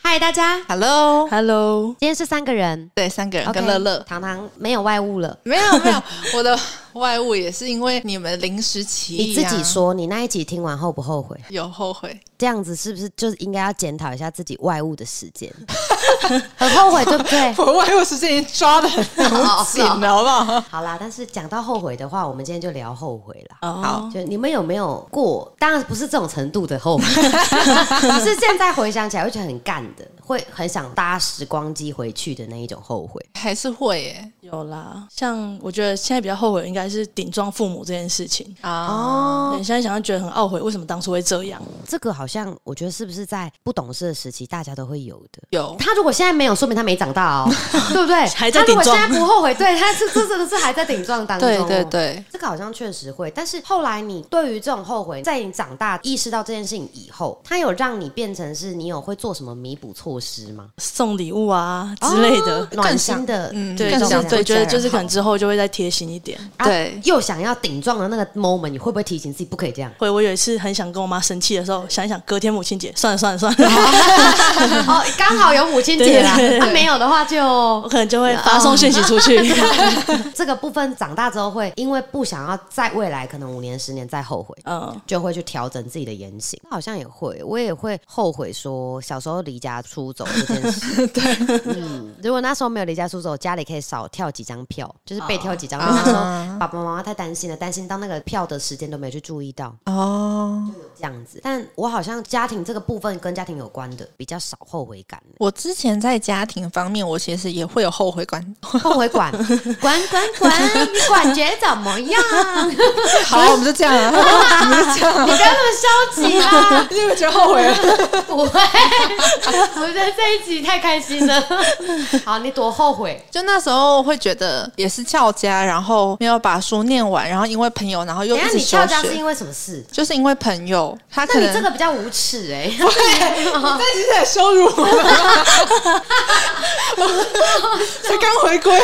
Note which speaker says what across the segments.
Speaker 1: 嗨，大家，
Speaker 2: Hello，
Speaker 3: Hello，
Speaker 1: 今天是三个人，
Speaker 2: 对，三个人
Speaker 1: OK，
Speaker 2: 跟乐乐。
Speaker 1: 糖糖没有外物了。
Speaker 2: 没有没 有，我的外物也是因为你们临时起
Speaker 1: 你
Speaker 2: 意、
Speaker 1: 自
Speaker 2: 啊，
Speaker 1: 己说，你那一集听完后不后悔？
Speaker 2: 有后悔，
Speaker 1: 这样子是不是就是应该要检讨一下自己外物的时间？ 很后悔，对不 对？
Speaker 2: 我外物时间已经抓的很紧了，好不 好？
Speaker 1: 好啦，但是讲到后悔的话，我们今天就聊后悔啦。
Speaker 2: 好，
Speaker 1: 就你们有没有过？当然不是这种程度的 后悔，只是现在回想起来会觉得很干的，会很想搭时光机回去的那一种后悔。
Speaker 2: 还是会耶
Speaker 3: 有啦，像我觉得现在比较后悔的应该是顶撞父母这件事情。
Speaker 2: 啊，
Speaker 1: 哦，
Speaker 3: 对，现在想要觉得很懊悔，为什么当初会这样？
Speaker 1: 这个好像我觉得是不是在不懂事的时期大家都会有的？
Speaker 2: 有
Speaker 1: 他如果现在没有，说明他没长大 哦，对不对？
Speaker 3: 还在
Speaker 1: 他如果
Speaker 3: 顶撞
Speaker 1: 现在不后悔，对，他是这真的是还在顶撞当中。哦
Speaker 2: 对对。对，
Speaker 1: 这个好像确实会，但是后来你对于这种后悔，在你长大意识到这件事情以后，它有让你变成是你有会做什么弥补措施吗？
Speaker 3: 送礼物啊
Speaker 2: 哦
Speaker 3: 之类的。
Speaker 1: 暖心的，
Speaker 2: 嗯
Speaker 3: 对，
Speaker 2: 更
Speaker 3: 就
Speaker 2: 想
Speaker 3: 是
Speaker 2: 对
Speaker 3: 我觉得
Speaker 2: 家人
Speaker 3: 就是可能
Speaker 2: 好
Speaker 3: 之后就会再贴心一点。
Speaker 1: 啊
Speaker 2: 对
Speaker 1: 又想要顶撞的那个 moment，你会不会提醒自己不可以
Speaker 3: ？
Speaker 1: 这样
Speaker 3: 会，我有一次很想跟我妈生气的时候，想一想隔天母亲节，算了算了算了，
Speaker 1: 哦，刚好有母亲节啦，
Speaker 3: 对对对
Speaker 1: 啊没有的话就
Speaker 3: 我可能就
Speaker 2: 哦
Speaker 3: 会发送讯息出 去。
Speaker 1: 这个部分长大之后会因为不想要在未来可能五年、十年再后悔，
Speaker 3: 嗯，
Speaker 1: 就会去调整自己的言行。好像也会，我也会后悔说小时候离家出走这件事。对，嗯，如果那时候没有离家出走，家里可以少跳几张票，就是被跳几张。因为那时候爸爸妈妈太担心了，担心到那个票的时间都没有去注意到
Speaker 2: 哦。
Speaker 1: 这样子。但我好像家庭这个部分跟家庭有关的比较少后悔感，
Speaker 2: 我之前在家庭方面，我其实也会有后悔观，
Speaker 1: 后悔管管管管，你感觉怎么样？
Speaker 2: 好，我们就这样啊，我们就这样
Speaker 1: 你
Speaker 2: 啊，
Speaker 1: 不要那么消极啦！
Speaker 2: 你有没有觉得后悔了？
Speaker 1: 不会，我觉得这一集太开心了。好，你多后悔？
Speaker 2: 就那时候会觉得也是翘家，然后没有把书念完，然后因为朋友，然后又
Speaker 1: 等
Speaker 2: 一
Speaker 1: 一下
Speaker 2: 直
Speaker 1: 你
Speaker 2: 休
Speaker 1: 跳家是
Speaker 2: 学
Speaker 1: 因，为什么事？
Speaker 2: 就是因为朋友，他
Speaker 1: 那
Speaker 2: 可
Speaker 1: 你
Speaker 2: 能
Speaker 1: 这个比较无耻 哎、
Speaker 2: 你这是在羞辱我 吗？才刚回归，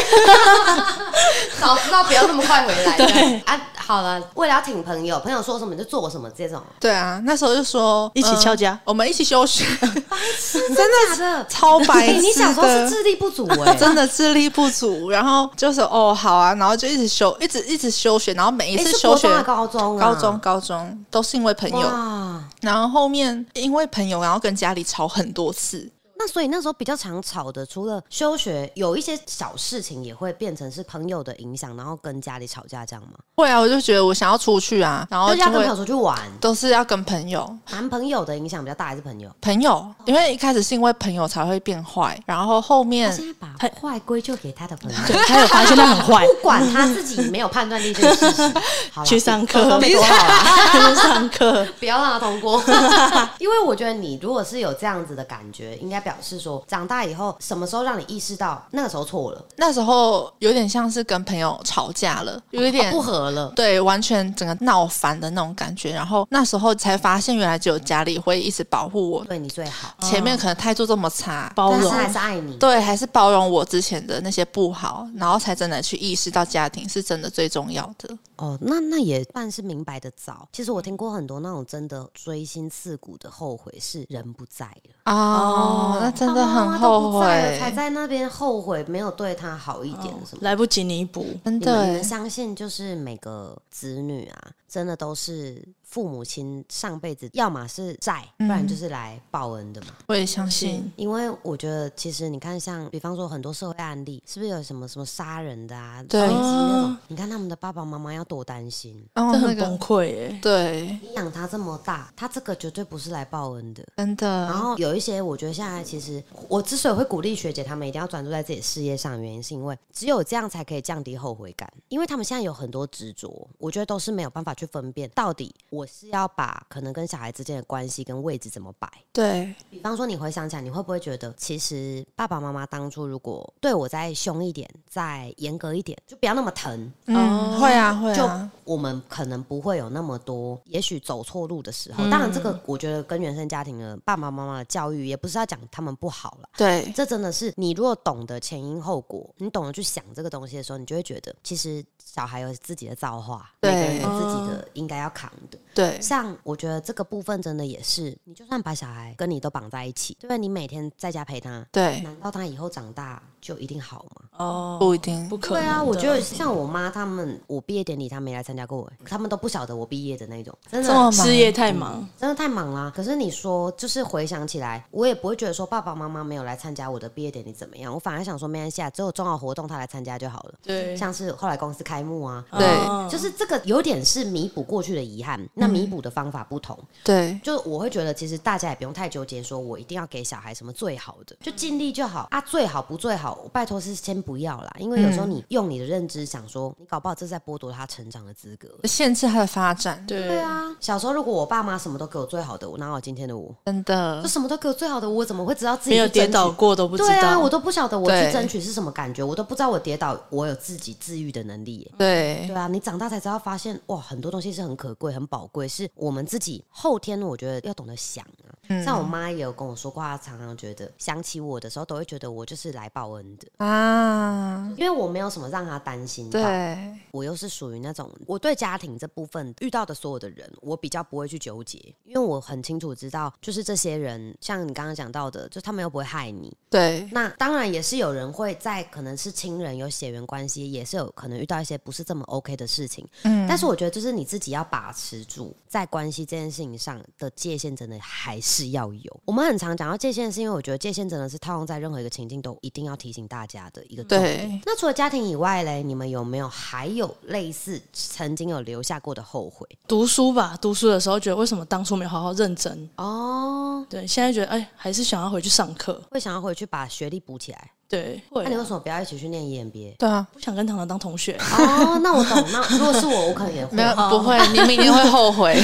Speaker 1: 早知道不要那么快回来。对啊，好了，为了要挺朋友，朋友说什么你就做什么这种，
Speaker 2: 对啊，那时候就说
Speaker 3: 一起翘家
Speaker 2: 呃我们一起休 学，
Speaker 1: 真的假的？
Speaker 2: 超白
Speaker 1: 哎、
Speaker 2: 痴的。
Speaker 1: 你小时候是智力不足哎、
Speaker 2: 真的智力不足，然后就是哦好啊，然后就一直休，一直一直休学，然后每一
Speaker 1: 哎
Speaker 2: 次
Speaker 1: 是
Speaker 2: 休
Speaker 1: 国
Speaker 2: 学
Speaker 1: 中，还高中啊？
Speaker 2: 高中高中都是因为朋友，
Speaker 1: 哇，
Speaker 2: 然后后面因为朋友，然后跟家里吵很多次，
Speaker 1: 那所以那时候比较常吵的，除了休学，有一些小事情也会变成是朋友的影响，然后跟家里吵架这样吗？
Speaker 2: 会啊，我就觉得我想要出去啊，然后
Speaker 1: 就是
Speaker 2: 就
Speaker 1: 要跟
Speaker 2: 会
Speaker 1: 朋友出去玩，
Speaker 2: 都是要跟朋友，
Speaker 1: 男朋友的影响比较大还是朋友？
Speaker 2: 朋友，因为一开始是因为朋友才会变坏，然后后面
Speaker 1: 他现在把坏归咎给他的 朋友，
Speaker 3: 对，他有发现他很坏，
Speaker 1: 不管他自己没有判断力这个 事情，好啦
Speaker 3: 去上课
Speaker 2: 哦
Speaker 1: 都 没多好啦，
Speaker 3: 他就上课。
Speaker 1: 不要让他通过。 因为我觉得你如果是有这样子的感觉，应该表示说，长大以后什么时候让你意识到那个时候错了，哦
Speaker 2: 那时候有点像是跟朋友吵架了，有一点、
Speaker 1: 不合了。
Speaker 2: 对，完全整个闹翻的那种感觉。然后那时候才发现，原来只有家里会一直保护我，
Speaker 1: 对你最好，
Speaker 2: 前面可能态度这么差，
Speaker 3: 包
Speaker 1: 但是
Speaker 3: 容
Speaker 1: 还是爱你。
Speaker 2: 对，还是包容我之前的那些不好，然后才真的去意识到家庭是真的最重要的。
Speaker 1: 哦，那那也算是明白的早。其实我听过很多那种真的锥心刺骨的后悔，是人不在了。
Speaker 2: 哦，那真的
Speaker 1: 爸爸妈
Speaker 2: 很
Speaker 1: 妈都
Speaker 2: 后
Speaker 1: 不在了才
Speaker 2: 悔，哦
Speaker 1: 在那边后悔没有对他好一点什么。
Speaker 3: 哦来不及弥补，
Speaker 2: 真
Speaker 1: 你们你
Speaker 2: 的
Speaker 1: 们。相信，就是每个子女啊，真的都是父母亲上辈子要么是债，不然就是来报恩的嘛。
Speaker 2: 我也相信，
Speaker 1: 因为我觉得，其实你看像，比方说很多社会案例，是不是有什么什么杀人的啊，
Speaker 2: 对
Speaker 1: 以及那种，你看他们的爸爸妈妈要多担心。
Speaker 2: 哦
Speaker 3: 这
Speaker 2: 那
Speaker 3: 很
Speaker 2: 个
Speaker 3: 崩溃耶。
Speaker 2: 对，
Speaker 1: 你养他这么大，他这个绝对不是来报恩的。
Speaker 2: 真
Speaker 1: 然
Speaker 2: 的，
Speaker 1: 后有一些，我觉得现在其实我之所以会鼓励学姐她们一定要专注在自己的事业上，原因是因为只有这样才可以降低后悔感，因为她们现在有很多执着，我觉得都是没有办法去分辨到底我是要把可能跟小孩之间的关系跟位置怎么摆。
Speaker 2: 对，
Speaker 1: 比方说，你回想起来，你会不会觉得，其实爸爸妈妈当初如果对我再凶一点，再严格一点，就不要那么疼，
Speaker 2: 嗯，会啊，会
Speaker 1: 哦就
Speaker 2: 啊，
Speaker 1: 我们可能不会有那么多，也许走错路的时候。
Speaker 2: 嗯
Speaker 1: 当然，这个我觉得跟原生家庭的爸爸妈妈的教育，也不是要讲他们不好啦。
Speaker 2: 对，
Speaker 1: 这真的是你如果懂得前因后果，你懂得去想这个东西的时候，你就会觉得，其实小孩有自己的造化，每
Speaker 2: 对
Speaker 1: 个人有自己的应该要扛的。
Speaker 2: 对，
Speaker 1: 像我觉得这个部分真的也是，你就算把小孩跟你都绑在一起，对吧？你每天在家陪他，
Speaker 2: 对，
Speaker 1: 难道他以后长大就一定好吗？
Speaker 3: 哦，
Speaker 2: 不一定
Speaker 3: 不可
Speaker 1: 对
Speaker 3: 能的。
Speaker 1: 啊，我觉得像我妈他们，我毕业典礼他没来参加过欸，他们都不晓得我毕业的那种，真
Speaker 2: 这么
Speaker 1: 的
Speaker 2: 忙
Speaker 3: 事业太忙，
Speaker 1: 真的太忙了。可是你说，就是回想起来，我也不会觉得说爸爸妈妈没有来参加我的毕业典礼怎么样，我反而想说没关系啊，只有重要活动他来参加就好了。
Speaker 3: 对，
Speaker 1: 像是后来公司开幕啊，
Speaker 2: 对
Speaker 3: 哦
Speaker 1: 就是这个有点是弥补过去的遗憾，
Speaker 3: 嗯
Speaker 1: 那弥补的方法不同。
Speaker 2: 对，
Speaker 1: 就我会觉得，其实大家也不用太纠结，说我一定要给小孩什么最好的，就尽力就好啊。最好不最好，我拜托是先不要啦，因为有时候
Speaker 3: 嗯
Speaker 1: 你用你的认知想说，你搞不好这是在剥夺他成长的资格。
Speaker 2: 限制他的发展，
Speaker 1: 对
Speaker 3: 对
Speaker 1: 啊，小时候如果我爸妈什么都给我最好的，我哪有今天的我？
Speaker 2: 真的
Speaker 1: 就，什么都给我最好的，我怎么会知道自己
Speaker 3: 没有
Speaker 1: 去争
Speaker 3: 跌
Speaker 1: 取
Speaker 3: 倒？过都不知
Speaker 1: 对啊，
Speaker 3: 道，
Speaker 1: 我都不晓得我
Speaker 2: 对
Speaker 1: 去争取是什么感觉，我都不知道我跌倒，我有自己治愈的能力耶。
Speaker 2: 对
Speaker 1: 对啊，你长大才知道，发现哇，很多东西是很可贵、很宝贵，是我们自己后天我觉得要懂得想啊。
Speaker 2: 嗯
Speaker 1: 像我妈也有跟我说过，她常常觉得想起我的时候，都会觉得我就是来报恩的，
Speaker 2: 啊，
Speaker 1: 因为我没有什么让她担心到。
Speaker 2: 对，
Speaker 1: 我又是属于那种我对家庭这部分遇到的所有的人，我比较不会去纠结，因为我很清楚知道，就是这些人，像你刚刚讲到的，就他们又不会害你，
Speaker 2: 对，
Speaker 1: 那当然也是有人会在可能是亲人有血缘关系，也是有可能遇到一些不是这么 OK 的事情。
Speaker 2: 嗯
Speaker 1: 但是我觉得就是你自己要把持住，在关系这件事情上的界限，真的还是要有。我们很常讲到界限，是因为我觉得界限真的是套用在任何一个情境都一定要提醒大家的一个重点。
Speaker 2: 对，
Speaker 1: 那除了家庭以外嘞，你们有没有还有类似曾经有留下过的后悔？
Speaker 3: 读书吧，读书的时候觉得为什么当初没有好好认真？
Speaker 1: 哦，
Speaker 3: 对，现在觉得哎，还是想要回去上课。
Speaker 1: 会想要回去把学历补起来？
Speaker 3: 对，会
Speaker 1: 那你为
Speaker 3: 啊
Speaker 1: 什么不要一起去念 EMBA？
Speaker 2: 对啊，
Speaker 3: 不想跟糖糖当同学，
Speaker 1: 哦， 那我懂。那如果是我，我可能也会
Speaker 2: 没有不会，你明年会后悔，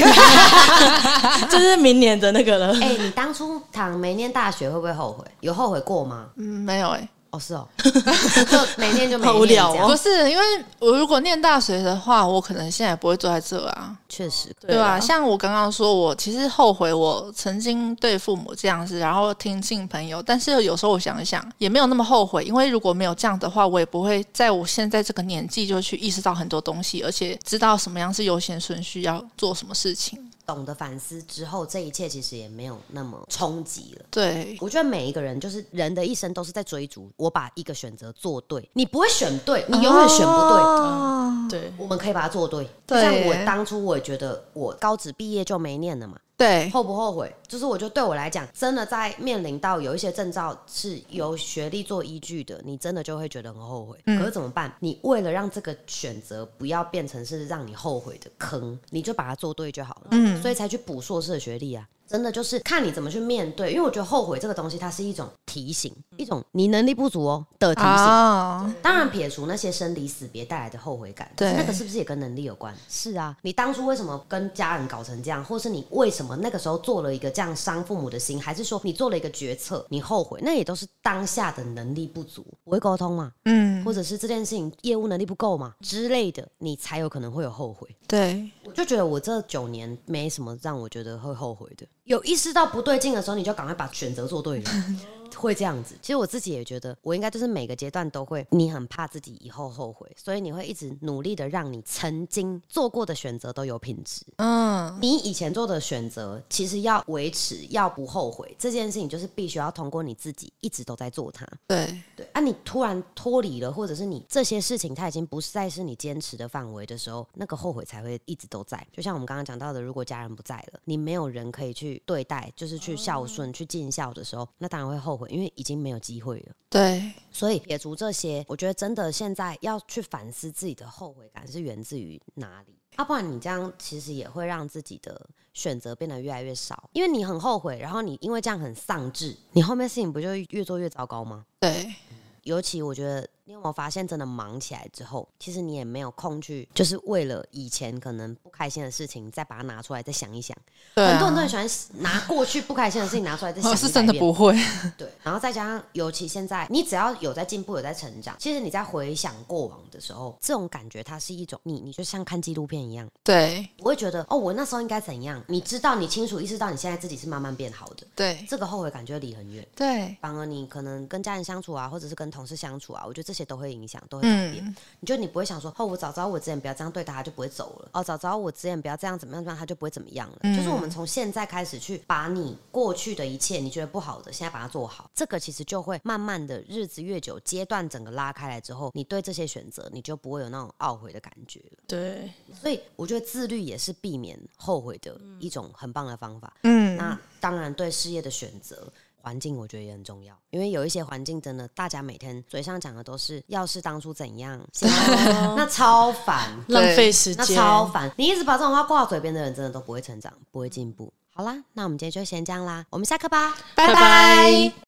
Speaker 3: 这是明年的那个了。
Speaker 1: 哎、你当初躺没念大学会不会后悔？有后悔过吗？
Speaker 2: 嗯，没有哎，
Speaker 1: 哦，是 哦，就没念就没
Speaker 3: 好
Speaker 1: 念，
Speaker 3: 无聊哦
Speaker 1: 这样
Speaker 2: 不是，因为我如果念大学的话，我可能现在也不会坐在这啊，
Speaker 1: 确实，
Speaker 2: 对吧、
Speaker 3: 啊
Speaker 2: 像我刚刚说，我其实后悔我曾经对父母这样子，然后听信朋友。但是有时候我想一想，也没有那么后悔，因为如果没有这样的话，我也不会在我现在这个年纪就去意识到很多东西，而且知道什么样是优先顺序，要做什么事情。
Speaker 1: 懂得反思之后，这一切其实也没有那么冲击了。
Speaker 2: 对，
Speaker 1: 我觉得每一个人就是人的一生都是在追逐，我把一个选择做对，你不会选对，你永远选不对。
Speaker 2: 哦
Speaker 3: 对，
Speaker 1: 我们可以把它做对，就
Speaker 2: 对
Speaker 1: 像我当初我也觉得我高职毕业就没念了嘛，
Speaker 2: 对
Speaker 1: 后不后悔？就是我觉得对我来讲，真的在面临到有一些证照是由学历做依据的，你真的就会觉得很后悔。
Speaker 2: 嗯
Speaker 1: 可是怎么办？你为了让这个选择不要变成是让你后悔的坑，你就把它做对就好了。嗯，所以才去补硕士的学历啊。真的就是看你怎么去面对，因为我觉得后悔这个东西，它是一种提醒，一种你能力不足哦的提醒。
Speaker 2: 啊，
Speaker 1: 当然，撇除那些生离死别带来的后悔感，
Speaker 2: 对
Speaker 1: 那个是不是也跟能力有关？是啊，你当初为什么跟家人搞成这样，或是你为什么那个时候做了一个这样伤父母的心，还是说你做了一个决策，你后悔，那也都是当下的能力不足，不会沟通嘛，
Speaker 2: 嗯，
Speaker 1: 或者是这件事情业务能力不够嘛之类的，你才有可能会有后悔。
Speaker 2: 对
Speaker 1: 我就觉得我这九年没什么让我觉得会后悔的，有意识到不对劲的时候，你就赶快把选择做对了。会这样子，其实我自己也觉得，我应该就是每个阶段都会，你很怕自己以后后悔，所以你会一直努力的让你曾经做过的选择都有品质。
Speaker 2: 嗯，
Speaker 1: 你以前做的选择，其实要维持，要不后悔这件事情，就是必须要通过你自己一直都在做它。
Speaker 2: 对
Speaker 1: 对啊，你突然脱离了，或者是你这些事情它已经不再是你坚持的范围的时候，那个后悔才会一直都在。就像我们刚刚讲到的，如果家人不在了，你没有人可以去对待，就是去孝顺、去尽孝的时候，那当然会后悔，因为已经没有机会了。
Speaker 2: 对
Speaker 1: 所以撇除这些，我觉得真的现在要去反思自己的后悔感是源自于哪里。要、不然你这样其实也会让自己的选择变得越来越少，因为你很后悔，然后你因为这样很丧志，你后面事情不就越做越糟糕吗？
Speaker 2: 对
Speaker 1: 尤其我觉得，你有没有发现，真的忙起来之后，其实你也没有空去，就是为了以前可能不开心的事情，再把它拿出来再想一想。
Speaker 2: 对啊，
Speaker 1: 很多人都很喜欢拿过去不开心的事情拿出来再想
Speaker 2: 我
Speaker 1: 一
Speaker 2: 哦是真的
Speaker 1: 百遍
Speaker 2: 不会，
Speaker 1: 对，然后再加上，尤其现在你只要有在进步，有在成长，其实你在回想过往的时候，这种感觉它是一种你，你就像看纪录片一样，
Speaker 2: 对
Speaker 1: 我会觉得哦，我那时候应该怎样？你知道，你清楚意识到你现在自己是慢慢变好的，
Speaker 2: 对
Speaker 1: 这个后悔感觉离很远。
Speaker 2: 对，
Speaker 1: 反而你可能跟家人相处啊，或者是跟同事相处啊，我觉得这些都会影响，都会改变。
Speaker 2: 嗯，
Speaker 1: 你就你不会想说，哦，我早知道我之前不要这样对他，他就不会走了；哦，早知道我之前不要这样怎么样怎么样，他就不会怎么样了。
Speaker 2: 嗯
Speaker 1: 就是我们从现在开始去把你过去的一切你觉得不好的，现在把它做好，这个其实就会慢慢的日子越久，阶段整个拉开来之后，你对这些选择你就不会有那种懊悔的感觉了。
Speaker 3: 对，
Speaker 1: 所以我觉得自律也是避免后悔的一种很棒的方法。
Speaker 2: 嗯
Speaker 1: 那当然，对事业的选择。环境我觉得也很重要，因为有一些环境真的，大家每天嘴上讲的都是要是当初怎样，现在 那超烦，
Speaker 3: 浪费时
Speaker 1: 那
Speaker 3: 间，
Speaker 1: 超烦。你一直把这种话挂到嘴边的人，真的都不会成长，不会进步。好啦，那我们今天就先这样啦，我们下课吧。
Speaker 2: 拜
Speaker 3: 拜拜
Speaker 2: 拜。